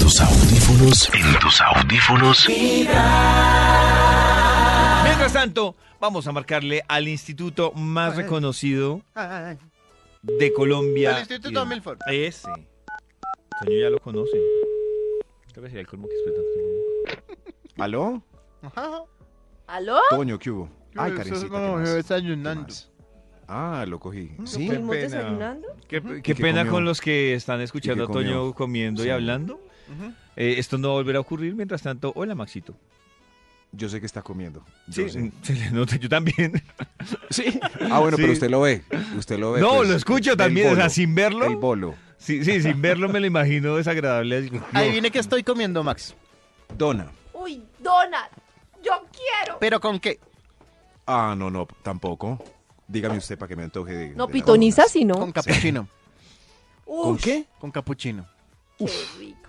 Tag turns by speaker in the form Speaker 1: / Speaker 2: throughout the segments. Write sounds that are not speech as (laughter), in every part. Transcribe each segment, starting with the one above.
Speaker 1: tus audífonos. En tus audífonos.
Speaker 2: Mientras tanto, vamos a marcarle al instituto más reconocido de Colombia.
Speaker 3: El Instituto
Speaker 2: y-
Speaker 3: Milford.
Speaker 2: Ese. Toño ya lo conoce. Creo que sería el colmo que espera tanto.
Speaker 4: ¿Aló?
Speaker 3: Ajá.
Speaker 2: ¿Ah?
Speaker 5: ¿Aló?
Speaker 4: Toño, ¿qué hubo? Ay,
Speaker 3: Eso es
Speaker 4: Karencita, ¿qué
Speaker 3: como
Speaker 4: más?
Speaker 3: me
Speaker 4: ¿Qué
Speaker 3: desayunando.
Speaker 4: más? Ah, lo cogí. ¿Sí?
Speaker 2: qué
Speaker 5: ¿Seguimos
Speaker 2: pena.
Speaker 5: desayunando?
Speaker 2: Qué,
Speaker 3: Ujú.
Speaker 2: qué
Speaker 4: ¿Y qué
Speaker 2: pena
Speaker 4: comió?
Speaker 2: con los que están escuchando
Speaker 4: ¿Y
Speaker 2: a
Speaker 4: qué
Speaker 2: Toño
Speaker 4: comió?
Speaker 2: comiendo y
Speaker 4: Sí.
Speaker 2: hablando.
Speaker 3: Ujú.
Speaker 2: Eh, esto no volverá a ocurrir. Mientras tanto, hola Maxito.
Speaker 4: Yo sé que está comiendo. Yo
Speaker 2: Sí,
Speaker 4: sé.
Speaker 2: se le nota, yo también.
Speaker 4: Sí. Ah,
Speaker 2: (laughs)
Speaker 4: bueno,
Speaker 2: Sí.
Speaker 4: pero usted lo ve. Usted lo ve.
Speaker 2: no,
Speaker 4: (laughs) pues,
Speaker 2: lo escucho
Speaker 4: el
Speaker 2: también. O sea,
Speaker 4: bolo,
Speaker 2: sin
Speaker 4: El
Speaker 2: verlo.
Speaker 4: bolo.
Speaker 2: Sí, sí, sin verlo me lo imagino desagradable. así, no.
Speaker 3: Ahí viene que estoy comiendo, Max.
Speaker 4: Dona.
Speaker 5: Uy, Donald, yo quiero.
Speaker 3: ¿Pero con qué?
Speaker 4: Ah, no, no, tampoco. Dígame usted para que me antoje de.
Speaker 5: No
Speaker 4: de las
Speaker 5: pitoniza,
Speaker 4: donas.
Speaker 5: sino.
Speaker 3: Con capuchino.
Speaker 4: ¿Con qué?
Speaker 3: Con capuchino.
Speaker 5: Qué rico.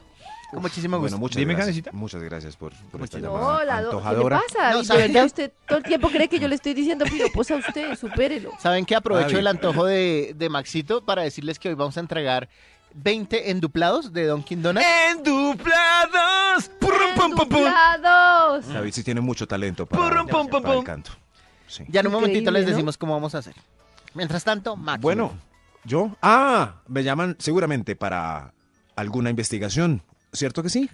Speaker 3: Con muchísimo gusto.
Speaker 4: Bueno, muchas
Speaker 2: Dime,
Speaker 4: gracias.
Speaker 2: Karencita.
Speaker 4: Muchas gracias por, por esta
Speaker 3: Muchas
Speaker 4: llamada.
Speaker 5: No, la do- ¿qué le
Speaker 4: antojadora.
Speaker 5: pasa? David?
Speaker 3: No,
Speaker 5: de
Speaker 3: ¿sabe?
Speaker 5: verdad, usted todo el tiempo cree que yo le estoy diciendo piropos a usted, supérelo.
Speaker 3: ¿Saben qué? Aprovecho
Speaker 4: David.
Speaker 3: el antojo de, de Maxito para decirles que hoy vamos a entregar 20 enduplados de Dunkin' Donuts.
Speaker 2: (laughs) Enduplados. Purrum, pum, pum, pum.
Speaker 5: ¡Duplados!
Speaker 4: David sí tiene mucho talento para,
Speaker 2: Purrum, pum, pum,
Speaker 4: para el
Speaker 2: pum.
Speaker 4: canto. Sí.
Speaker 3: Ya en un momentito
Speaker 5: Increíble,
Speaker 3: les
Speaker 5: ¿no?
Speaker 3: decimos cómo vamos a hacer. Mientras tanto, Max.
Speaker 4: Bueno, yo. Ah, me llaman seguramente para alguna investigación. ¿Cierto que sí?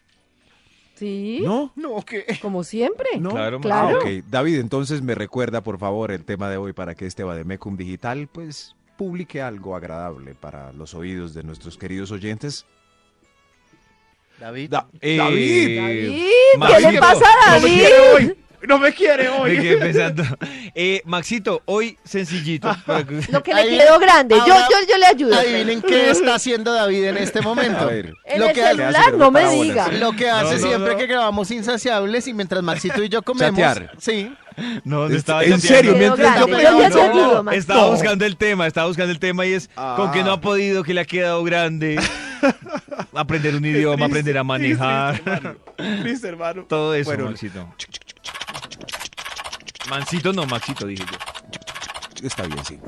Speaker 5: ¿Sí?
Speaker 4: ¿No?
Speaker 3: No, ¿qué?
Speaker 5: Como siempre.
Speaker 4: ¿No?
Speaker 2: Claro,
Speaker 4: Ah,
Speaker 5: Claro.
Speaker 4: ok. David, entonces me recuerda, por favor, el tema de hoy para que este Bademecum Digital, pues, publique algo agradable para los oídos de nuestros queridos oyentes.
Speaker 3: David.
Speaker 4: Da-
Speaker 2: Eh,
Speaker 4: David.
Speaker 5: David, ¿qué le
Speaker 2: Maxito,
Speaker 5: pasa a David?
Speaker 4: ¡No me quiere
Speaker 2: Me quedé pensando. Eh, Maxito, hoy sencillito. para que-
Speaker 5: Lo que le
Speaker 3: Adivinen-
Speaker 5: quedó grande. Yo,
Speaker 3: ahora-
Speaker 5: yo, yo le ayudo.
Speaker 3: Adivinen qué está haciendo David en este
Speaker 4: A
Speaker 3: momento.
Speaker 4: ver.
Speaker 5: En
Speaker 3: Lo
Speaker 5: el
Speaker 3: que hace-
Speaker 4: le hace
Speaker 5: celular, no me
Speaker 4: preguntar
Speaker 5: diga.
Speaker 4: a
Speaker 3: Lo que hace
Speaker 2: No, no,
Speaker 3: siempre
Speaker 2: no.
Speaker 3: que grabamos insaciables y mientras Maxito y
Speaker 4: (laughs)
Speaker 3: yo comemos.
Speaker 4: Chatear.
Speaker 3: Sí.
Speaker 2: (laughs) No, no
Speaker 4: Es-
Speaker 2: estaba
Speaker 4: ¿en
Speaker 2: chateando.
Speaker 4: serio?
Speaker 5: Quedó
Speaker 4: mientras
Speaker 3: yo
Speaker 5: grande. Yo
Speaker 3: pegaba-
Speaker 5: le ayudo,
Speaker 3: No,
Speaker 5: Max.
Speaker 2: Estaba buscando el tema, estaba buscando el tema y es con que no
Speaker 4: Ah.
Speaker 2: ha podido, que le ha quedado
Speaker 4: (laughs)
Speaker 2: grande. aprender un idioma, aprender a manejar. Todo eso,
Speaker 4: Bueno,
Speaker 2: Maxito. Mancito no, Maxito, dije yo.
Speaker 4: Está bien, sí.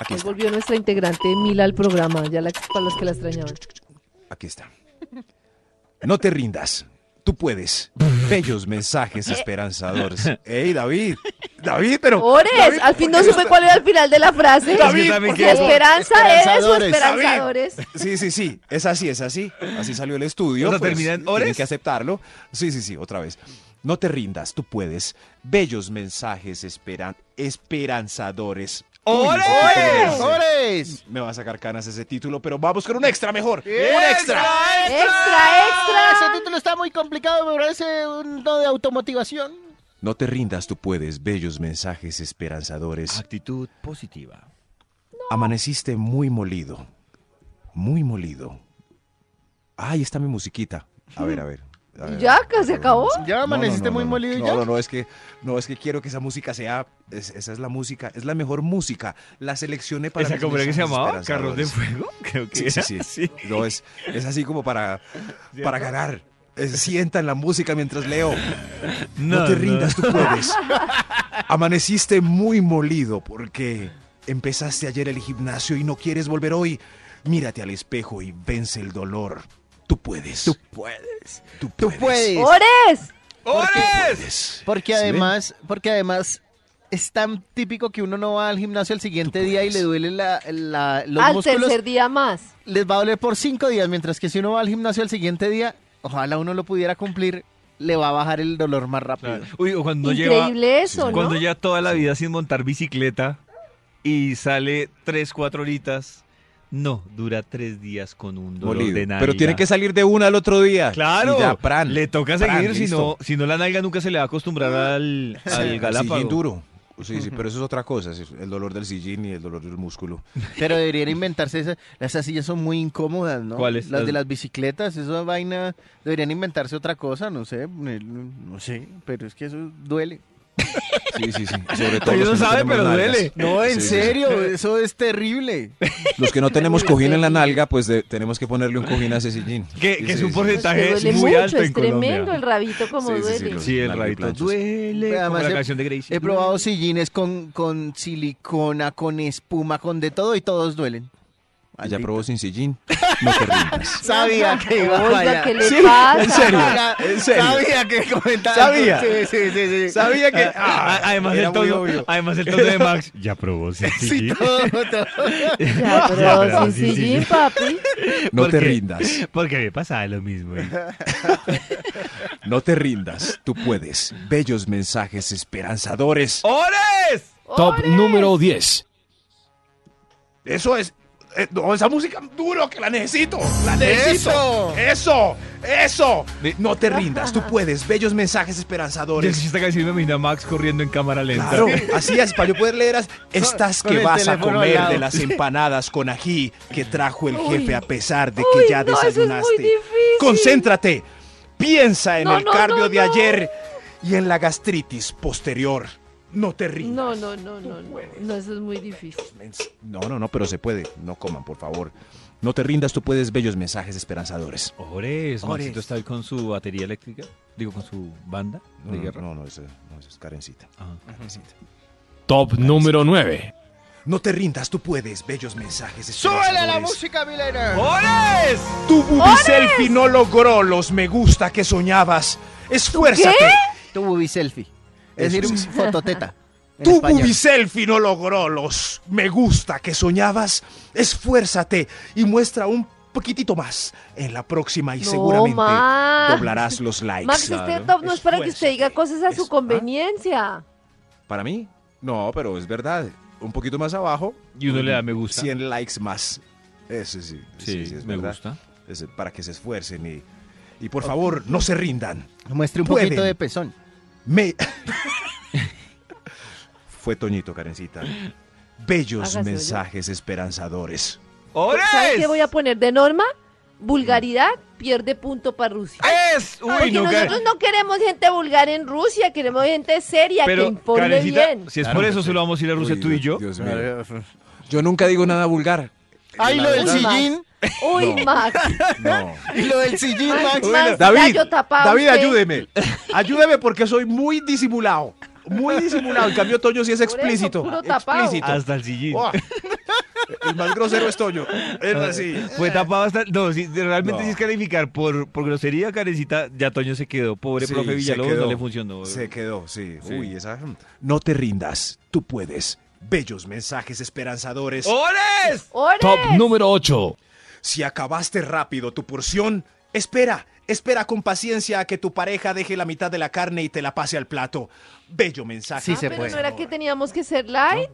Speaker 4: Aquí
Speaker 5: Hoy
Speaker 4: está.
Speaker 5: volvió nuestra integrante Mila al programa, ya la, para los que la extrañaban.
Speaker 4: Aquí está. No te rindas. Tú puedes. Bellos mensajes esperanzadores. ¡Ey, David! ¡David, pero!
Speaker 5: ¡Ores!
Speaker 4: David,
Speaker 5: al fin
Speaker 4: ¿por
Speaker 5: no
Speaker 4: qué
Speaker 5: supe cuál era el final de la frase.
Speaker 2: David,
Speaker 5: Si
Speaker 2: por favor.
Speaker 5: esperanza eres o
Speaker 3: Esperanzadores.
Speaker 5: esperanzadores.
Speaker 4: Sí, sí, sí, es así, es así. Así salió el estudio.
Speaker 2: O sea,
Speaker 4: pues,
Speaker 2: ¿termina en
Speaker 4: tienen
Speaker 2: ores?
Speaker 4: que aceptarlo. Sí, sí, sí, otra vez. No te rindas, tú puedes. Bellos mensajes esperan esperanzadores.
Speaker 2: ¡Ores!
Speaker 3: ¡Eh,
Speaker 4: ese título me-
Speaker 3: ¡Ores!
Speaker 4: Me va a sacar canas ese título, pero vamos con un extra mejor. ¡Un
Speaker 3: ¡Extra!
Speaker 4: extra!
Speaker 5: ¡Extra,
Speaker 3: Ese
Speaker 5: extra!
Speaker 3: este título está muy complicado, me parece uno de automotivación.
Speaker 4: No te rindas, tú puedes. Bellos mensajes esperanzadores.
Speaker 2: Actitud positiva.
Speaker 4: Amaneciste muy molido. Muy molido. Ah, ahí está mi musiquita. A ver, a ver. a
Speaker 5: ¿Y
Speaker 4: ver,
Speaker 5: ya?
Speaker 4: a ver,
Speaker 5: ¿Que se
Speaker 4: a ver,
Speaker 5: acabó?
Speaker 4: a ver.
Speaker 3: ¿Ya amaneciste muy molido y
Speaker 4: no,
Speaker 3: ya?
Speaker 4: No, no, es que, no, es que quiero que esa música sea. es- esa es la música, es la mejor música. La seleccioné para.
Speaker 2: ¿Esa
Speaker 4: mis
Speaker 2: cómo era que se
Speaker 4: mensajes
Speaker 2: llamaba? ¿Carros de
Speaker 4: esperanzadores.
Speaker 2: fuego? Creo que
Speaker 4: Sí, sí,
Speaker 2: era. (laughs)
Speaker 4: sí. No, es, es así como para, para ganar. Eh, Sientan la música mientras leo. No, te rindas, tú
Speaker 2: (laughs)
Speaker 4: puedes. Amaneciste muy molido porque empezaste ayer el gimnasio y no quieres volver hoy. Mírate al espejo y vence el dolor. Tú puedes. Tú puedes. Tú
Speaker 3: Tú puedes.
Speaker 4: puedes.
Speaker 5: ¡Ores!
Speaker 2: ¡Ores!
Speaker 4: Puedes.
Speaker 3: Porque
Speaker 4: ¿Sí ven?
Speaker 3: además, porque además es tan típico que uno no va al gimnasio al siguiente día y le duele la, la- los
Speaker 5: Al
Speaker 3: músculos.
Speaker 5: tercer día más.
Speaker 3: Les va a doler por cinco días, mientras que si uno va al gimnasio al siguiente día, ojalá uno lo pudiera cumplir, le va a bajar el dolor más rápido.
Speaker 2: Uy, o cuando lleva.
Speaker 5: Increíble eso, ¿no?
Speaker 2: Cuando ya toda la vida sin montar bicicleta y sale 3, 4 horitas. No, dura 3 días con un dolor
Speaker 4: Molido.
Speaker 2: de nalga.
Speaker 4: Pero tiene que salir de una al otro día.
Speaker 2: Claro,
Speaker 4: Y ya, pran,
Speaker 2: le toca
Speaker 4: pran,
Speaker 2: seguir, si
Speaker 4: listo.
Speaker 2: no, si no la nalga nunca se le va a acostumbrar al, al
Speaker 4: El
Speaker 2: galápago.
Speaker 4: sillín duro. Sí, sí, pero eso es otra cosa. es El dolor del sillín y el dolor del músculo.
Speaker 3: Pero deberían inventarse esas. Las sillas son muy incómodas, ¿no?
Speaker 2: ¿Cuáles?
Speaker 3: Las de
Speaker 2: Las-
Speaker 3: las bicicletas, esa vaina. Deberían inventarse otra cosa, no sé. No sé, pero es que eso duele.
Speaker 4: Sí,
Speaker 2: (laughs)
Speaker 4: sí, sí. Sobre todo
Speaker 2: Ellos
Speaker 4: los
Speaker 2: no
Speaker 4: que
Speaker 2: saben,
Speaker 4: tenemos
Speaker 2: pero
Speaker 4: nalgas.
Speaker 2: duele.
Speaker 3: No, en
Speaker 4: Sí, sí, sí.
Speaker 3: serio, (laughs) eso es terrible.
Speaker 4: Los (laughs) que no tenemos cojín en la nalga, pues de- tenemos que ponerle un cojín a ese sillín.
Speaker 2: Que, que
Speaker 4: Sí,
Speaker 2: es un
Speaker 4: sí,
Speaker 5: Pues que
Speaker 2: porcentaje
Speaker 5: duele
Speaker 2: muy
Speaker 5: mucho,
Speaker 2: alto en
Speaker 5: es tremendo el
Speaker 2: Colombia.
Speaker 5: rabito como
Speaker 4: Sí, sí, sí,
Speaker 5: duele.
Speaker 4: los-
Speaker 2: Sí, el
Speaker 4: Largo y Pues
Speaker 2: rabito
Speaker 4: planchos.
Speaker 2: duele.
Speaker 3: Además,
Speaker 2: como la
Speaker 3: he-
Speaker 2: canción de Gracie.
Speaker 3: He probado sillines con, con silicona, con espuma, con de todo y todos duelen.
Speaker 4: Ella probó sin sillín. No te rindas.
Speaker 3: Sabía que iba a
Speaker 5: Oiga,
Speaker 3: fallar.
Speaker 5: ¿qué le pasa?
Speaker 4: en serio.
Speaker 3: Sabía-
Speaker 4: en serio.
Speaker 3: Sabía que comentaba.
Speaker 4: Sabía.
Speaker 3: Sí, sí, sí, sí.
Speaker 4: Sabía que.
Speaker 2: Ah, además,
Speaker 4: era
Speaker 2: el tono,
Speaker 4: muy obvio.
Speaker 2: además el tono de
Speaker 4: (laughs)
Speaker 2: Max. Ya probó, sí, sí.
Speaker 3: Sí, todo, todo.
Speaker 5: Ya,
Speaker 2: Ya,
Speaker 5: pero
Speaker 2: pero
Speaker 5: sin
Speaker 2: sí, sí,
Speaker 5: sillín,
Speaker 2: sí.
Speaker 5: papi.
Speaker 4: No
Speaker 2: ¿Por
Speaker 4: te
Speaker 2: qué?
Speaker 4: rindas.
Speaker 2: Porque me pasaba lo mismo. ¿eh?
Speaker 4: No te rindas. Tú puedes. Bellos mensajes esperanzadores.
Speaker 2: ¡Ores!
Speaker 6: Top número 10.
Speaker 4: Eso es. eh, no, esa música duro que la necesito. La necesito. Eso. Eso. No te rindas. Tú puedes. Bellos mensajes
Speaker 2: Yo
Speaker 4: esperanzadores.
Speaker 2: escuché esta canción y me imagino a Max corriendo en cámara lenta.
Speaker 4: Claro, así es, para yo poder leer as- estas
Speaker 3: con
Speaker 4: que
Speaker 3: el
Speaker 4: vas a
Speaker 3: teléfono al
Speaker 4: comer
Speaker 3: lado.
Speaker 4: de las empanadas con ají que trajo el
Speaker 5: Uy.
Speaker 4: jefe a pesar de
Speaker 5: Uy,
Speaker 4: que ya
Speaker 5: no, eso es muy
Speaker 4: desayunaste.
Speaker 5: difícil.
Speaker 4: Concéntrate, piensa en
Speaker 5: No,
Speaker 4: el
Speaker 5: no,
Speaker 4: cardio
Speaker 5: no,
Speaker 4: de
Speaker 5: no.
Speaker 4: ayer y en la gastritis posterior. No te rindas.
Speaker 5: No, no, no, no, no. No, eso es muy difícil.
Speaker 4: Mens- No, no, no, pero se puede. No coman, por favor. No te rindas, tú puedes bellos mensajes esperanzadores.
Speaker 2: Ores, Maxito
Speaker 3: Ores.
Speaker 2: está ahí con su batería eléctrica. Digo, con su banda
Speaker 4: No,
Speaker 2: de
Speaker 4: no,
Speaker 2: guerra.
Speaker 4: no, no, eso, no, eso es Karencita.
Speaker 2: Ah.
Speaker 4: Karencita.
Speaker 6: Top número 9.
Speaker 4: No te rindas, tú puedes bellos mensajes esperanzadores.
Speaker 3: (laughs) ¡Súbele la música, Milena!
Speaker 2: ¡Ores!
Speaker 4: Tu booby selfie no logró los me gusta que soñabas. Esfuérzate.
Speaker 3: Tu booby selfie. Es
Speaker 4: Eso
Speaker 3: decir, un
Speaker 4: sí. (laughs)
Speaker 3: fototeta. en
Speaker 4: Tu
Speaker 3: español.
Speaker 4: booby selfie no logró los me gusta que soñabas. Esfuérzate y muestra un poquitito más en la próxima y
Speaker 5: No,
Speaker 4: seguramente
Speaker 5: Max.
Speaker 4: doblarás los likes.
Speaker 5: Max, este top no es para que usted diga cosas a su
Speaker 4: Es-
Speaker 5: conveniencia.
Speaker 4: Para mí, no, pero es verdad. Un poquito más abajo.
Speaker 2: Y uno le da me gusta.
Speaker 4: 100 likes más. Eso sí.
Speaker 2: Sí,
Speaker 4: sí, es
Speaker 2: me
Speaker 4: verdad.
Speaker 2: gusta.
Speaker 4: Es para que se esfuercen y, y por favor, no se rindan.
Speaker 3: Muestre un
Speaker 4: Pueden.
Speaker 3: poquito de pezón.
Speaker 4: Me... (laughs) Fue Toñito, Karencita. Bellos
Speaker 5: Hágase, oye.
Speaker 4: mensajes esperanzadores.
Speaker 5: ¿Saben
Speaker 2: ¡Ores!
Speaker 5: qué voy a poner de norma? Vulgaridad pierde punto para Rusia.
Speaker 2: ¡Es!
Speaker 5: Porque
Speaker 2: ¡Uy, no, Karen-
Speaker 5: nosotros no queremos gente vulgar en Rusia, queremos gente seria que
Speaker 2: Pero,
Speaker 5: informe
Speaker 2: Karencita,
Speaker 5: bien.
Speaker 2: si es por eso, solo vamos a ir a Rusia tú y yo.
Speaker 4: Yo nunca digo nada vulgar.
Speaker 3: ¡Ay, lo del
Speaker 5: verdad.
Speaker 3: sillín!
Speaker 5: Uy,
Speaker 2: (laughs)
Speaker 4: No.
Speaker 5: Max. (laughs)
Speaker 4: No.
Speaker 3: ¡Y lo del sillín,
Speaker 5: Max,
Speaker 3: Max!
Speaker 5: Max, ya
Speaker 4: David,
Speaker 5: yo tapaba
Speaker 4: David,
Speaker 5: usted.
Speaker 4: ayúdeme. Ayúdeme porque soy muy disimulado. Muy disimulado. En cambio, Toño sí es
Speaker 5: Por eso,
Speaker 4: explícito.
Speaker 5: puro tapado.
Speaker 4: explícito.
Speaker 2: Hasta el sillín.
Speaker 4: Buah. El más grosero es Toño. Es así.
Speaker 2: Ah, Fue tapado hasta. No, si realmente
Speaker 4: No.
Speaker 2: si es calificar por, por grosería, Karencita, ya Toño se quedó. Pobre
Speaker 4: Sí,
Speaker 2: profe
Speaker 4: se
Speaker 2: Villalobos,
Speaker 4: quedó.
Speaker 2: no le funcionó.
Speaker 4: Se quedó, sí. Uy, esa. No te rindas, tú puedes. Bellos mensajes esperanzadores.
Speaker 2: Oh. ¡Ores!
Speaker 5: ¡Ores!
Speaker 6: Top número 8.
Speaker 4: Si acabaste rápido tu porción, espera, espera con paciencia a que tu pareja deje la mitad de la carne y te la pase al plato. Bello mensaje.
Speaker 3: Sí
Speaker 5: Ah,
Speaker 3: se
Speaker 5: pero
Speaker 3: puede.
Speaker 5: no era que teníamos que ser light.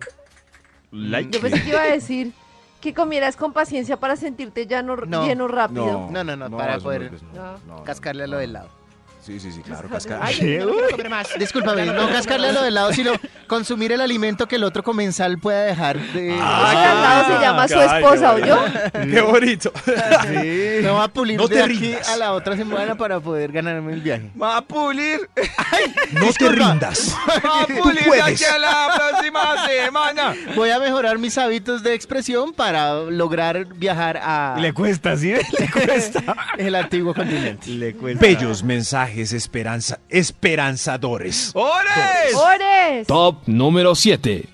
Speaker 5: Yo pensé que iba a decir que comieras con paciencia para sentirte llano,
Speaker 3: No.
Speaker 5: lleno rápido.
Speaker 3: No, no, no, para
Speaker 4: eso
Speaker 3: poder
Speaker 4: es,
Speaker 5: no,
Speaker 3: Cascarle a lo del lado.
Speaker 4: Sí, sí, sí, claro, cascarle.
Speaker 5: Ay,
Speaker 2: ¿Qué?
Speaker 5: no quiero comer
Speaker 3: Discúlpame, no cascarle a lo del lado, sino consumir el alimento que el otro comensal pueda dejar de.
Speaker 5: Eso
Speaker 4: Ah,
Speaker 5: al lado
Speaker 2: Ah,
Speaker 5: se llama su esposa, ¿o yo? (laughs)
Speaker 4: Qué bonito.
Speaker 3: Me Ah, va a pulir
Speaker 4: No
Speaker 3: de
Speaker 4: te
Speaker 3: aquí
Speaker 4: rindas.
Speaker 3: a la otra semana para poder ganarme el viaje.
Speaker 2: ¡Va a pulir!
Speaker 4: No te rindas.
Speaker 2: ¡Va (laughs) a pulir de
Speaker 4: puedes.
Speaker 2: Ah, aquí a la próxima semana!
Speaker 3: Voy a mejorar mis hábitos de expresión para lograr viajar
Speaker 2: (laughs)
Speaker 3: a
Speaker 2: Le cuesta, ¿sí? (laughs) Le cuesta.
Speaker 3: el antiguo continente.
Speaker 2: Le cuesta.
Speaker 4: Bellos mensajes esperanza, esperanzadores.
Speaker 2: ¡Ores!
Speaker 5: ¡Ores!
Speaker 6: Top número 7.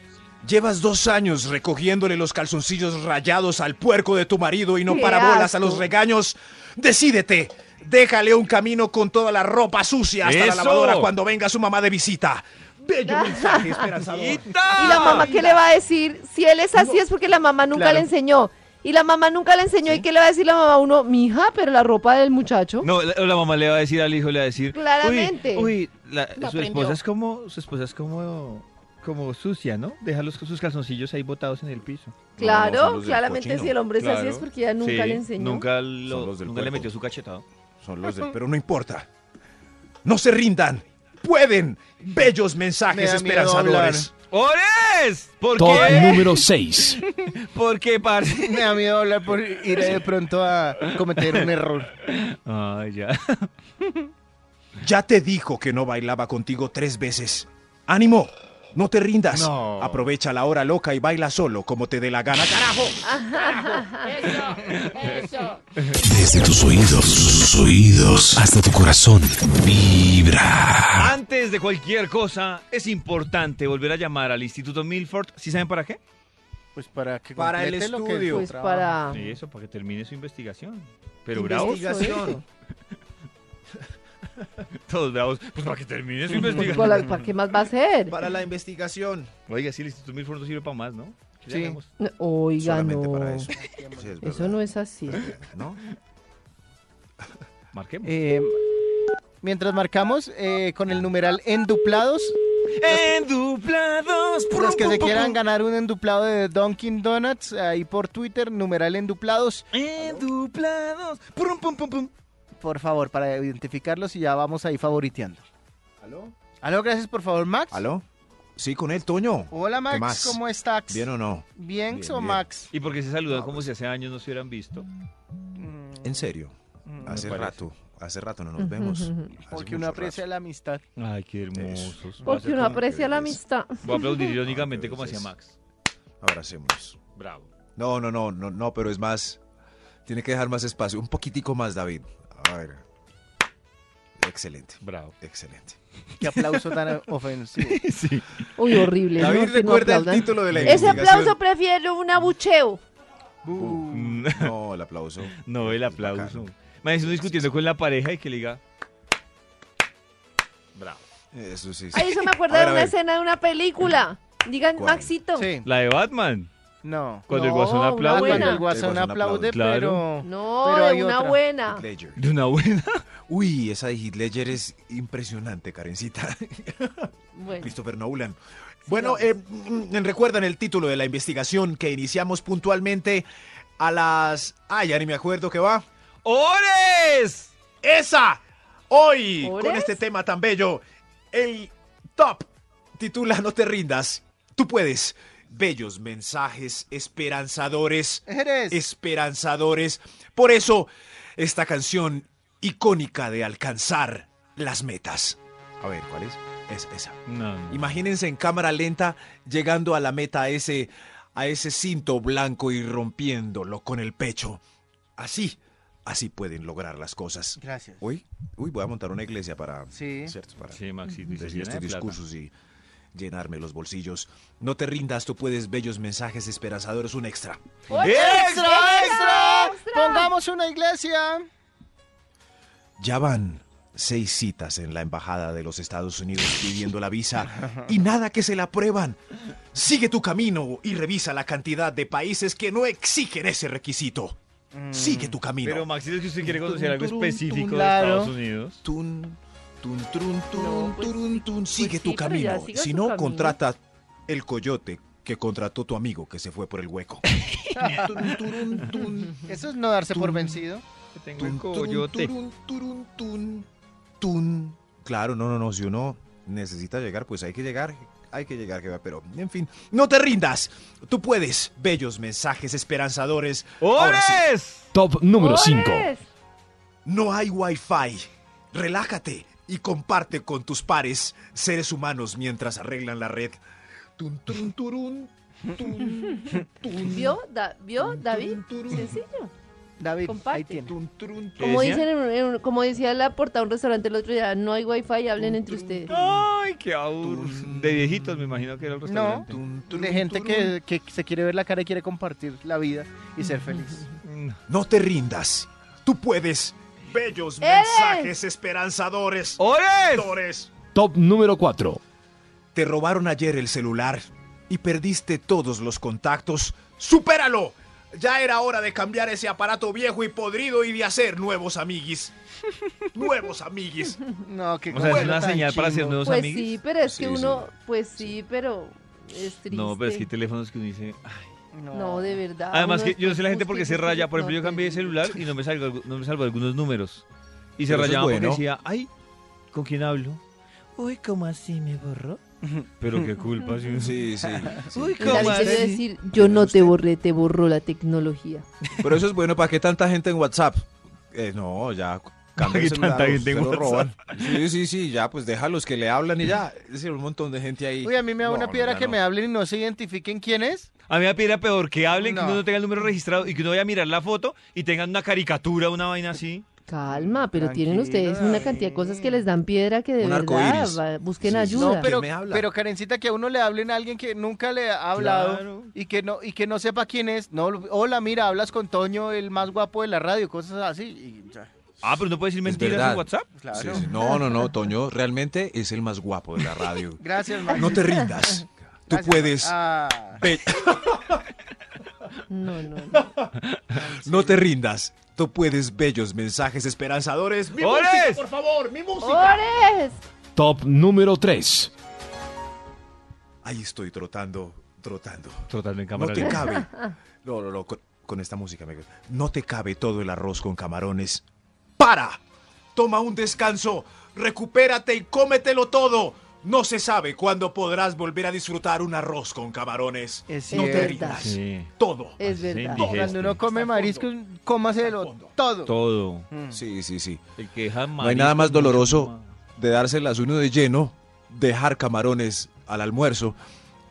Speaker 4: Llevas dos años recogiéndole los calzoncillos rayados al puerco de tu marido y no
Speaker 5: ¡Qué
Speaker 4: parabolas a
Speaker 5: asco!
Speaker 4: los regaños. Decídete. Déjale un camino con toda la ropa sucia hasta la
Speaker 2: ¡Eso!
Speaker 4: lavadora cuando venga su mamá de visita.
Speaker 3: (laughs)
Speaker 4: Bello mensaje esperanzador.
Speaker 5: ¿Y la mamá qué le va a decir? Si él es así es porque la mamá nunca
Speaker 3: Claro.
Speaker 5: le enseñó. Y la mamá nunca le enseñó. ¿Y qué le va a decir la mamá a uno? Mija, pero la ropa del muchacho.
Speaker 2: No, la, la mamá le va a decir al hijo, le va a decir.
Speaker 5: Claramente.
Speaker 2: Uy, uy, la-
Speaker 5: Lo
Speaker 2: su
Speaker 5: aprendió.
Speaker 2: esposa es como, su esposa es como, como sucia, ¿no? Deja los, sus calzoncillos ahí botados en el piso.
Speaker 4: No,
Speaker 5: Claro,
Speaker 4: son los del
Speaker 5: claramente
Speaker 4: cochino.
Speaker 5: si el hombre es así
Speaker 2: Claro.
Speaker 5: es porque ella nunca
Speaker 2: Sí,
Speaker 5: le enseñó.
Speaker 2: Nunca, lo-
Speaker 4: Son los del
Speaker 2: nunca le
Speaker 4: puerco.
Speaker 2: metió su cachetado.
Speaker 4: Son los del- pero no importa. No se rindan. Pueden. Bellos
Speaker 3: Me
Speaker 4: mensajes
Speaker 3: da miedo
Speaker 4: esperanzadores.
Speaker 2: ¡Ores! ¿Por
Speaker 6: Top
Speaker 2: qué?
Speaker 6: número 6.
Speaker 2: ¿Por qué, parce? (laughs)
Speaker 3: Me da miedo hablar por ir de pronto a cometer un error.
Speaker 2: Ay, Ah, ya.
Speaker 4: Ya te dijo que no bailaba contigo tres veces. Ánimo, no te rindas.
Speaker 2: No.
Speaker 4: Aprovecha la hora loca y baila solo como te dé la gana, carajo.
Speaker 1: Desde tus oídos, tus oídos, hasta tu corazón. Vibra.
Speaker 2: Antes de cualquier cosa, es importante volver a llamar al Instituto Milford. ¿Sí saben para qué?
Speaker 3: Pues para que
Speaker 4: Para el
Speaker 3: complete lo que
Speaker 4: estudio.
Speaker 3: su
Speaker 5: Pues
Speaker 3: trabajo.
Speaker 5: para.
Speaker 2: Sí, eso, para que termine su investigación. Pero bravos,
Speaker 4: Investigación.
Speaker 2: (laughs) todos bravos. Pues para que termine su
Speaker 5: Pues,
Speaker 2: investigación.
Speaker 5: ¿Para para qué más va a ser?
Speaker 4: Para la investigación.
Speaker 2: Oiga, sí, el Instituto Milford no sirve para más, ¿no? ¿Qué le
Speaker 3: Sí.
Speaker 2: hagamos?
Speaker 5: No, Oiga,
Speaker 4: Solamente
Speaker 5: no.
Speaker 4: para eso.
Speaker 5: Eso
Speaker 4: Sí, es verdad.
Speaker 5: no es así.
Speaker 4: ¿No?
Speaker 2: Marquemos.
Speaker 3: Eh, mientras marcamos eh, con el numeral enduplados,
Speaker 2: Eh, Enduplados.
Speaker 3: los pues, que se quieran ganar un enduplado de Dunkin' Donuts, ahí por Twitter, numeral enduplados,
Speaker 2: Enduplados. Pum, pum, pum, pum.
Speaker 3: por favor, para identificarlos y ya vamos ahí favoriteando.
Speaker 4: ¿Aló?
Speaker 3: Aló, gracias, por favor, Max.
Speaker 4: ¿Aló? Sí, con él, Toño.
Speaker 3: Hola,
Speaker 4: ¿Qué
Speaker 3: Max,
Speaker 4: más?
Speaker 3: ¿cómo estás?
Speaker 4: ¿Bien o no?
Speaker 3: Bien,
Speaker 4: Bien,
Speaker 3: o
Speaker 4: bien.
Speaker 3: Max?
Speaker 2: Y porque se
Speaker 3: Ah,
Speaker 2: saludan
Speaker 3: pues.
Speaker 2: como si hace años no se hubieran visto.
Speaker 3: Mm,
Speaker 4: En serio.
Speaker 3: mm,
Speaker 4: Hace
Speaker 2: parece.
Speaker 4: rato. Hace rato no nos vemos.
Speaker 5: Ujú, ujú.
Speaker 4: Hace
Speaker 3: Porque
Speaker 4: mucho
Speaker 3: uno
Speaker 4: rato.
Speaker 3: aprecia la
Speaker 4: (laughs)
Speaker 3: amistad.
Speaker 2: Ay, qué
Speaker 4: hermosos.
Speaker 5: Porque uno aprecia la amistad.
Speaker 2: Voy a aplaudir irónicamente
Speaker 4: Ah,
Speaker 2: como hacía
Speaker 4: entonces-
Speaker 2: Max.
Speaker 4: Abracemos.
Speaker 2: Bravo.
Speaker 4: No, no, no, no, no, pero es más. Tiene que dejar más espacio. Un poquitico más, David. A ver. Excelente.
Speaker 2: Bravo.
Speaker 4: Excelente.
Speaker 3: Qué aplauso tan ofensivo.
Speaker 2: (laughs) Sí.
Speaker 5: Uy, horrible.
Speaker 4: David
Speaker 5: ¿no? Que no
Speaker 4: recuerda el
Speaker 5: aplaudan.
Speaker 4: título de la
Speaker 5: Ese
Speaker 4: investigación.
Speaker 5: aplauso prefiero un abucheo.
Speaker 3: Bu.
Speaker 5: (laughs)
Speaker 4: No, el aplauso.
Speaker 2: No, el
Speaker 4: Es
Speaker 2: aplauso.
Speaker 4: bacano.
Speaker 2: Me uno discutiendo con la pareja y que le diga. Bravo.
Speaker 4: Eso sí. sí.
Speaker 5: Ay, eso me
Speaker 4: A
Speaker 5: acuerda
Speaker 4: ver,
Speaker 5: de
Speaker 4: a
Speaker 5: una
Speaker 4: ver.
Speaker 5: escena de una película. Digan,
Speaker 4: ¿Cuál?
Speaker 5: Maxito.
Speaker 3: Sí,
Speaker 2: La de Batman.
Speaker 3: no.
Speaker 2: Cuando el
Speaker 5: No,
Speaker 2: guasón
Speaker 5: una
Speaker 3: Ah,
Speaker 2: aplaude.
Speaker 5: buena.
Speaker 3: cuando el guasón
Speaker 4: El guasón
Speaker 3: aplaude,
Speaker 4: aplaude.
Speaker 2: Claro.
Speaker 3: pero...
Speaker 2: (laughs)
Speaker 5: No,
Speaker 3: Pero
Speaker 5: de
Speaker 3: hay
Speaker 5: una
Speaker 3: otra.
Speaker 5: buena.
Speaker 4: Heath Ledger.
Speaker 2: De una buena.
Speaker 4: Uy, esa de Heath Ledger es impresionante, Karencita. (laughs)
Speaker 5: Bueno.
Speaker 4: Christopher Nolan. Bueno, eh, mm, recuerdan el título de la investigación que iniciamos puntualmente a las... Ah, ya ni me acuerdo qué va.
Speaker 2: ¡Ores!
Speaker 4: ¡Esa! Hoy,
Speaker 5: ¿Ores?
Speaker 4: con este tema tan bello, el top titula No te rindas, tú puedes. Bellos mensajes esperanzadores,
Speaker 3: Eres.
Speaker 4: (laughs) esperanzadores. Por eso, esta canción icónica de alcanzar las metas. A ver, ¿cuál es? Es esa.
Speaker 2: No, no.
Speaker 4: Imagínense en cámara lenta llegando a la meta a ese, a ese cinto blanco y rompiéndolo con el pecho. Así, así pueden lograr las cosas.
Speaker 3: Gracias.
Speaker 4: Uy, uy, voy a montar una iglesia para,
Speaker 3: Sí.
Speaker 4: ¿cierto? para
Speaker 2: Sí, Maxito. Y se
Speaker 4: decir
Speaker 2: llena
Speaker 4: estos
Speaker 2: de plata.
Speaker 4: discursos y llenarme los bolsillos. No te rindas, tú puedes, bellos mensajes esperanzadores, un extra.
Speaker 3: ¡Extra, extra! Pongamos una iglesia.
Speaker 4: Ya van seis citas en la embajada de los Estados Unidos pidiendo la
Speaker 5: (laughs)
Speaker 4: visa y nada que se la aprueban. Sigue tu camino y revisa la cantidad de países que no exigen ese requisito.
Speaker 3: Mm.
Speaker 5: Mm.
Speaker 4: Sigue tu camino.
Speaker 2: Pero Maxito, es que usted quiere conocer algo
Speaker 4: Tum, tum, tum,
Speaker 2: específico de
Speaker 3: claro.
Speaker 2: Estados Unidos.
Speaker 4: Tun, tun, trun, tun,
Speaker 5: No, pues
Speaker 4: turun,
Speaker 5: sí,
Speaker 4: tun.
Speaker 5: pues
Speaker 4: Sigue
Speaker 5: sí,
Speaker 4: tu
Speaker 5: pero ya
Speaker 4: camino.
Speaker 5: siga
Speaker 4: Si
Speaker 5: tu
Speaker 4: no,
Speaker 5: camino.
Speaker 4: contrata el coyote que contrató tu amigo que se fue por el
Speaker 5: (laughs)
Speaker 4: hueco. Turun, turun, tun.
Speaker 3: Eso es no darse por vencido.
Speaker 2: Que tengo
Speaker 4: Tun,
Speaker 2: el
Speaker 4: turun,
Speaker 2: coyote.
Speaker 4: turun, turun, tun, tun. Claro, no, no, no. Si uno necesita llegar, pues hay que llegar. Hay que llegar, que va, pero en fin. ¡No te rindas! Tú puedes. Bellos mensajes esperanzadores. Ahora sí.
Speaker 2: ¡Ores!
Speaker 6: Top número 5.
Speaker 5: ¡Ores!
Speaker 4: No hay wifi. Relájate y comparte con tus pares, seres humanos, mientras arreglan la red. Tun, turun, turun, tun, tun,
Speaker 5: ¿Vio, Da- ¿Vio,
Speaker 4: tun,
Speaker 5: David?
Speaker 4: turun,
Speaker 5: Sencillo.
Speaker 3: David,
Speaker 5: Comparte.
Speaker 3: ahí (laughs) tiene.
Speaker 4: tun, turun,
Speaker 2: ¿Qué
Speaker 5: Como,
Speaker 2: decía?
Speaker 5: dicen en un- en un- como decía la portada de un restaurante el otro día, no hay wifi, hablen entre ustedes.
Speaker 2: ¡Ay, qué aburrido!
Speaker 4: Tum.
Speaker 2: De viejitos, me imagino que era el restaurante.
Speaker 4: tun, turun,
Speaker 3: De gente
Speaker 4: turun.
Speaker 3: que, que se quiere ver la cara y quiere compartir la vida y ser
Speaker 4: (laughs)
Speaker 3: feliz.
Speaker 2: No.
Speaker 4: No te rindas. Tú puedes. Bellos mensajes esperanzadores.
Speaker 2: Oh, ¡Ores!
Speaker 4: Dores.
Speaker 6: Top número 4.
Speaker 4: Te robaron ayer el celular y perdiste todos los contactos. ¡Supéralo! Ya era hora de cambiar ese aparato viejo y podrido y de hacer
Speaker 2: (laughs)
Speaker 4: nuevos amiguis. Nuevos amiguis.
Speaker 3: No, que
Speaker 2: O sea, es una señal para hacer nuevos
Speaker 5: Pues
Speaker 2: amigos.
Speaker 5: sí, pero es
Speaker 4: Sí,
Speaker 5: que
Speaker 4: sí.
Speaker 5: uno, pues sí, pero es triste.
Speaker 2: No, pero es que hay teléfonos que uno dice. "Ay".
Speaker 5: No, de verdad.
Speaker 2: Además,
Speaker 5: uno
Speaker 2: que yo no sé la gente
Speaker 5: después
Speaker 2: por qué se
Speaker 5: justifica-
Speaker 2: raya. Por ejemplo,
Speaker 5: no,
Speaker 2: yo cambié de
Speaker 5: terrible.
Speaker 2: celular y no me salgo, algu- no me salvo algunos números. Y se
Speaker 4: Pero eso es
Speaker 2: rayaba porque
Speaker 4: bueno.
Speaker 2: decía, ay, ¿con quién hablo? Uy, ¿cómo así me
Speaker 4: (laughs)
Speaker 2: borró? Pero qué culpa. si uno-
Speaker 4: Sí, sí.
Speaker 2: Uy,
Speaker 5: David
Speaker 2: ¿cómo
Speaker 5: debió
Speaker 2: así?
Speaker 5: decir, yo no te borré, te borró la tecnología.
Speaker 4: Pero eso es bueno. ¿Para qué tanta gente en WhatsApp? Eh, no, ya.
Speaker 2: ¿Para
Speaker 4: Cambia
Speaker 2: qué
Speaker 4: el celular,
Speaker 2: tanta gente en
Speaker 4: se lo roban.
Speaker 2: WhatsApp?
Speaker 4: Sí, sí, sí. Ya, pues déjalos que le hablan y ya. Es decir, un montón de gente ahí.
Speaker 3: Uy, a mí me da
Speaker 4: No,
Speaker 3: una
Speaker 4: no,
Speaker 3: piedra
Speaker 4: ya
Speaker 3: que
Speaker 4: no.
Speaker 3: me hablen y no se identifiquen quién es.
Speaker 2: A mí me pide peor que hablen, que
Speaker 3: No.
Speaker 2: uno no tenga el número registrado y que uno vaya a mirar la foto y tengan una caricatura, una vaina así.
Speaker 5: Calma, pero tienen ustedes una cantidad de cosas que les dan piedra que de
Speaker 4: Un arco
Speaker 5: verdad
Speaker 4: iris.
Speaker 5: va- busquen
Speaker 4: Sí, sí, sí.
Speaker 5: ayuda.
Speaker 4: No,
Speaker 3: Pero,
Speaker 4: me habla?
Speaker 3: pero Karencita, que a uno le hablen a alguien que nunca le ha hablado
Speaker 2: Claro.
Speaker 3: y que no y que no sepa quién es. No, hola, mira, hablas con Toño, el más guapo de la radio, cosas así. y, ah,
Speaker 2: Ah, pero no puedes decir
Speaker 4: Es
Speaker 2: mentiras
Speaker 4: verdad.
Speaker 2: en WhatsApp.
Speaker 3: claro.
Speaker 4: Sí, sí. No, no, no, Toño realmente es el más guapo de la radio.
Speaker 3: Gracias, Max.
Speaker 4: No te rindas. Tú
Speaker 3: Gracias,
Speaker 4: puedes.
Speaker 3: Ah,
Speaker 4: Pe-
Speaker 5: No, no, no.
Speaker 4: No te rindas. Tú puedes bellos mensajes esperanzadores.
Speaker 3: Oh.
Speaker 4: Mi
Speaker 2: ¡Ores!
Speaker 4: música, por favor, mi (laughs) música.
Speaker 5: ¡Ores!
Speaker 6: Top número 3.
Speaker 4: Ahí estoy trotando, trotando.
Speaker 2: Trotando en
Speaker 4: No
Speaker 2: cámara.
Speaker 4: te cabe. (laughs) No, no, no. Con, con esta música, amigos. No te cabe todo el arroz con camarones. ¡Para! Toma un descanso. Recupérate y cómetelo todo. No se sabe cuándo podrás volver a disfrutar un arroz con camarones.
Speaker 3: Es
Speaker 4: no te
Speaker 5: cierto.
Speaker 4: rindas.
Speaker 2: Sí.
Speaker 4: Todo.
Speaker 5: Es verdad.
Speaker 2: indigente.
Speaker 3: cuando uno come marisco, cómaselo
Speaker 4: fondo.
Speaker 3: todo.
Speaker 2: Todo.
Speaker 3: Mm.
Speaker 4: Sí, sí, sí.
Speaker 2: El que deja
Speaker 4: No hay nada más doloroso de dárselas uno de lleno, dejar camarones al almuerzo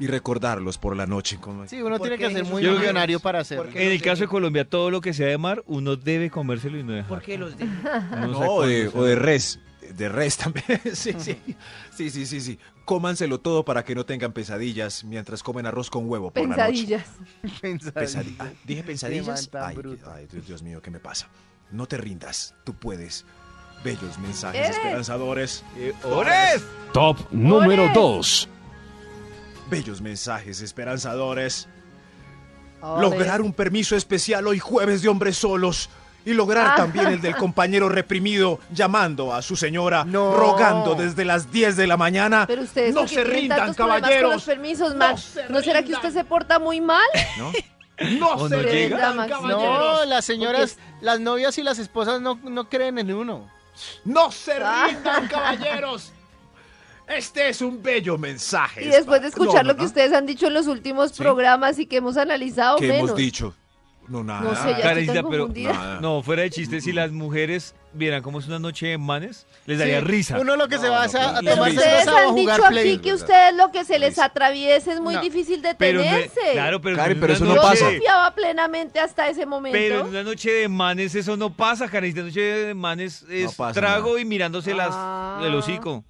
Speaker 4: y recordarlos por la noche. como-
Speaker 3: Sí, uno tiene que ser muy
Speaker 2: Yo creo que-
Speaker 3: millonario para hacerlo. (laughs)
Speaker 2: En el caso de Colombia, todo lo que sea de mar, uno debe comérselo y no dejar.
Speaker 7: ¿Por qué los de
Speaker 2: No, sé
Speaker 4: No,
Speaker 2: cuándo
Speaker 4: o de,
Speaker 2: sea.
Speaker 4: o de res. De res (laughs) también. Sí, sí. Sí, sí, sí, sí. Cómanselo todo para que no tengan pesadillas mientras comen arroz con huevo por
Speaker 5: Pensadillas.
Speaker 4: la noche. Pesadi- ah, ¿Dije
Speaker 3: man
Speaker 4: pesadillas?
Speaker 3: tan
Speaker 4: Ay,
Speaker 3: bruto.
Speaker 4: ay, Dios Dios mío, ¿qué me pasa? No te rindas, tú puedes. Bellos mensajes
Speaker 5: Eres.
Speaker 4: esperanzadores.
Speaker 2: Eh, ¡Ores!
Speaker 6: Top número 2.
Speaker 4: Bellos mensajes esperanzadores.
Speaker 5: Ores.
Speaker 4: Lograr un permiso especial hoy jueves de hombres solos. Y lograr
Speaker 5: Ah.
Speaker 4: también el del compañero reprimido llamando a su señora,
Speaker 3: No.
Speaker 4: rogando desde las 10 de la mañana.
Speaker 5: Pero ustedes
Speaker 4: no
Speaker 5: ¿por qué
Speaker 4: se
Speaker 5: tienen
Speaker 4: rindan,
Speaker 5: tantos problemas Con los
Speaker 4: caballeros.
Speaker 5: permisos, Max? ¿No, será que usted se porta muy mal? (laughs)
Speaker 4: ¿No?
Speaker 2: ¿O no
Speaker 5: se
Speaker 2: llega?
Speaker 5: rinda, Max.
Speaker 3: No, las señoras, las novias y las esposas no, no creen en uno.
Speaker 4: ¡No se
Speaker 5: Ah.
Speaker 4: rindan, caballeros! Este es un bello mensaje.
Speaker 5: Y después
Speaker 4: No,
Speaker 5: de escuchar
Speaker 4: no,
Speaker 5: lo que
Speaker 4: no.
Speaker 5: ustedes han dicho en los últimos
Speaker 4: Sí.
Speaker 5: programas y que hemos analizado
Speaker 4: ¿Qué
Speaker 5: menos.
Speaker 4: hemos dicho? No, nada.
Speaker 5: No sé, ya estoy
Speaker 2: Karencita,
Speaker 5: tan
Speaker 2: pero-
Speaker 5: confundida.
Speaker 4: Nada.
Speaker 2: No, fuera de chiste, si las mujeres vieran cómo es una noche de manes, les daría
Speaker 3: Sí,
Speaker 2: risa.
Speaker 3: Uno lo que se
Speaker 4: No,
Speaker 3: va
Speaker 4: no,
Speaker 3: es a, a
Speaker 4: claro.
Speaker 5: Pero
Speaker 3: tomarse
Speaker 5: ustedes
Speaker 3: cerveza o
Speaker 5: han
Speaker 3: a
Speaker 5: dicho
Speaker 3: jugar
Speaker 5: aquí
Speaker 3: play.
Speaker 5: que ustedes lo que se les
Speaker 4: Risa.
Speaker 5: atraviesa es muy
Speaker 3: No.
Speaker 5: difícil
Speaker 2: pero no-
Speaker 5: detenerse.
Speaker 2: claro, pero,
Speaker 4: Karen,
Speaker 2: en
Speaker 4: pero
Speaker 2: una
Speaker 4: eso no
Speaker 5: Yo
Speaker 4: pasa.
Speaker 5: confiaba plenamente hasta ese momento.
Speaker 2: Pero en una noche de manes eso no pasa, Karencita. Noche de manes es
Speaker 4: pasa
Speaker 2: trago
Speaker 4: nada.
Speaker 2: y mirándose las,
Speaker 5: Ah.
Speaker 2: el hocico.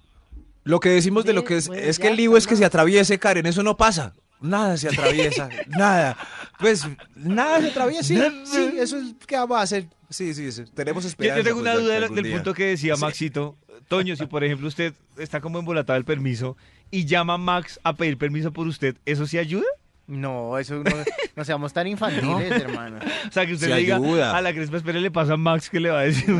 Speaker 4: Lo que decimos de lo que es,
Speaker 5: Bueno,
Speaker 4: es
Speaker 5: ya,
Speaker 4: que el lío es que se atraviese, Karen, eso no pasa. Nada se atraviesa,
Speaker 5: (laughs)
Speaker 4: nada. Pues nada se atraviesa, sí, sí, eso es que vamos a hacer. Sí, sí, sí, tenemos
Speaker 2: Yo,
Speaker 4: esperanza.
Speaker 2: yo tengo
Speaker 4: pues,
Speaker 2: una
Speaker 4: de
Speaker 2: duda de-
Speaker 4: algún
Speaker 2: del
Speaker 4: día.
Speaker 2: punto que decía
Speaker 4: Sí.
Speaker 2: Maxito. Toño, si por ejemplo usted está como embolatado del permiso y llama a Max a pedir permiso por usted, ¿eso sí ayuda?
Speaker 3: No, eso no, no seamos tan infantiles, hermano.
Speaker 2: O sea, que usted
Speaker 4: Sí
Speaker 2: le diga
Speaker 4: ayuda.
Speaker 2: a la Crespa, espere, le pasa a Max que le va a decir.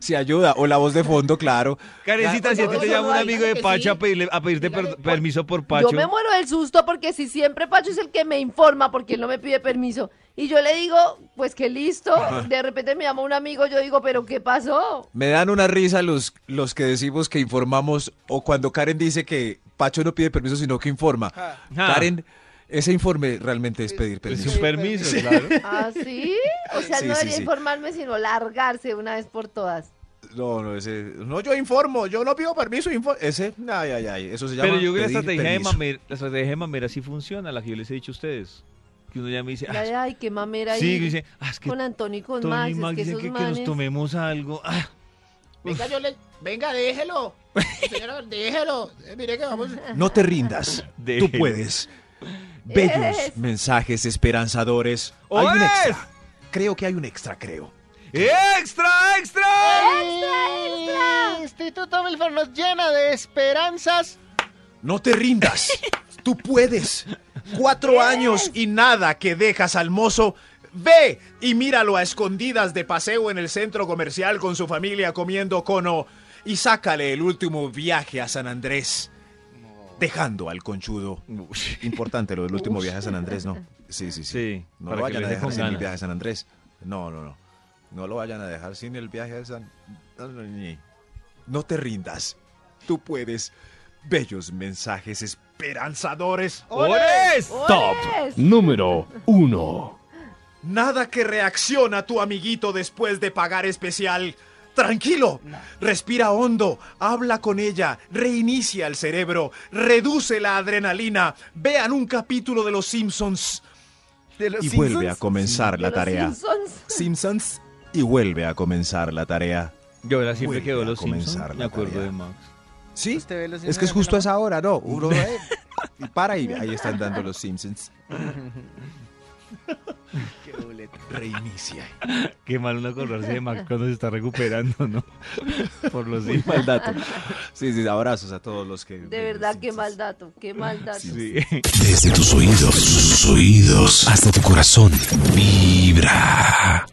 Speaker 4: Sí, ayuda. O la voz de fondo, claro.
Speaker 2: Karencita, si a ti te
Speaker 7: Eso
Speaker 2: llama
Speaker 7: no
Speaker 2: un
Speaker 7: hay,
Speaker 2: amigo de
Speaker 7: que sí.
Speaker 2: Pacho a, pedirle, a pedirte per-
Speaker 7: Dígale, Pacho.
Speaker 2: permiso por
Speaker 5: Yo
Speaker 2: Pacho.
Speaker 5: me muero del susto porque si siempre Pacho es el que me informa porque él no me pide permiso. Y yo le digo, pues que
Speaker 2: (laughs)
Speaker 5: listo. De repente me llama un amigo, yo digo, pero ¿qué pasó?
Speaker 4: Me dan una risa los, los que decimos que informamos o cuando Karen dice que Pacho no pide permiso, sino que informa.
Speaker 2: Ah.
Speaker 4: Karen, ese informe realmente
Speaker 5: Pues
Speaker 4: es pedir
Speaker 2: Es
Speaker 4: permiso.
Speaker 2: un permiso, claro.
Speaker 5: ¿Ah, sí? O sea,
Speaker 4: Sí,
Speaker 5: no
Speaker 4: sí,
Speaker 5: debería
Speaker 4: sí.
Speaker 5: informarme, sino largarse una vez por todas.
Speaker 4: No, no, ese. No, yo informo, yo no pido permiso, info- ese. Ay, ay, ay. Eso se llama.
Speaker 2: Pero yo creo que la
Speaker 4: pedir
Speaker 2: estrategia, de
Speaker 4: permiso.
Speaker 2: mamera, la estrategia de mamera sí funciona, la que yo les he dicho a ustedes. Que uno ya me dice,
Speaker 5: La de,
Speaker 2: ah,
Speaker 5: ay, qué mamera
Speaker 2: sí,
Speaker 5: ahí.
Speaker 2: que dice, ah, es que
Speaker 5: con Antonio y con
Speaker 2: Tony
Speaker 5: Max,
Speaker 2: y
Speaker 5: es
Speaker 2: Max
Speaker 5: que
Speaker 2: dicen
Speaker 5: esos
Speaker 2: que, que nos
Speaker 5: manes...
Speaker 2: tomemos algo. Ah,
Speaker 7: Venga, yo le. Venga, déjelo. Señora, déjelo. Eh, mire que vamos.
Speaker 4: No
Speaker 2: (laughs)
Speaker 4: te rindas.
Speaker 2: Déjelo.
Speaker 4: Tú puedes. Bellos
Speaker 5: Yes.
Speaker 4: mensajes esperanzadores. Hay un
Speaker 2: ¡Ores!
Speaker 4: extra. Creo que hay un extra, creo.
Speaker 2: ¡Extra, extra!
Speaker 3: ¿Eh? El Instituto Milford nos llena de esperanzas.
Speaker 4: No te rindas. Tú puedes. Cuatro años y nada que dejas al mozo. Ve y míralo a escondidas de paseo en el centro comercial con su familia comiendo cono y sácale el último viaje a San Andrés. Dejando al conchudo. Importante lo del último viaje a San Andrés, ¿no? Sí, sí, sí.
Speaker 2: Sí,
Speaker 4: no
Speaker 2: para
Speaker 4: lo
Speaker 2: que
Speaker 4: vayan
Speaker 2: le
Speaker 4: a
Speaker 2: dé
Speaker 4: dejar
Speaker 2: con
Speaker 4: sin el
Speaker 2: ganas.
Speaker 4: viaje a San Andrés. No, no, no. No lo vayan a dejar sin el viaje a San... No te rindas. Tú puedes. Bellos mensajes esperanzadores.
Speaker 2: ¡Ores!
Speaker 6: Top
Speaker 5: ¡Ores!
Speaker 6: número 1.
Speaker 4: Nada que reacciona tu amiguito después de pagar especial. Tranquilo, respira hondo, habla con ella, reinicia el cerebro, reduce la adrenalina. Vean un capítulo de Los Simpsons
Speaker 3: De los
Speaker 4: y
Speaker 3: Simpsons.
Speaker 4: vuelve a comenzar
Speaker 5: De
Speaker 4: la
Speaker 5: los
Speaker 4: tarea.
Speaker 5: Simpsons.
Speaker 4: Simpsons y vuelve a comenzar la tarea.
Speaker 2: Yo ahora siempre
Speaker 4: Vuelve
Speaker 2: quedó
Speaker 4: a
Speaker 2: los
Speaker 4: comenzar
Speaker 2: Simpsons.
Speaker 4: la
Speaker 2: Me acuerdo
Speaker 4: tarea.
Speaker 2: de Max.
Speaker 4: Sí,
Speaker 3: Usted ve los
Speaker 4: es que es
Speaker 3: Simpsons,
Speaker 4: justo a
Speaker 3: ¿no?
Speaker 4: esa hora, ¿no? (laughs) Uno eh, y para y ahí están dando los Simpsons. Reinicia.
Speaker 2: Qué mal uno acordarse de Max cuando se está recuperando, (laughs) ¿no? Por los
Speaker 4: Muy mal dato. Sí, sí, abrazos a todos los que...
Speaker 5: De verdad, qué mal dato, qué mal dato.
Speaker 2: Sí.
Speaker 1: Desde tus oídos, tus oídos, hasta tu corazón, vibra.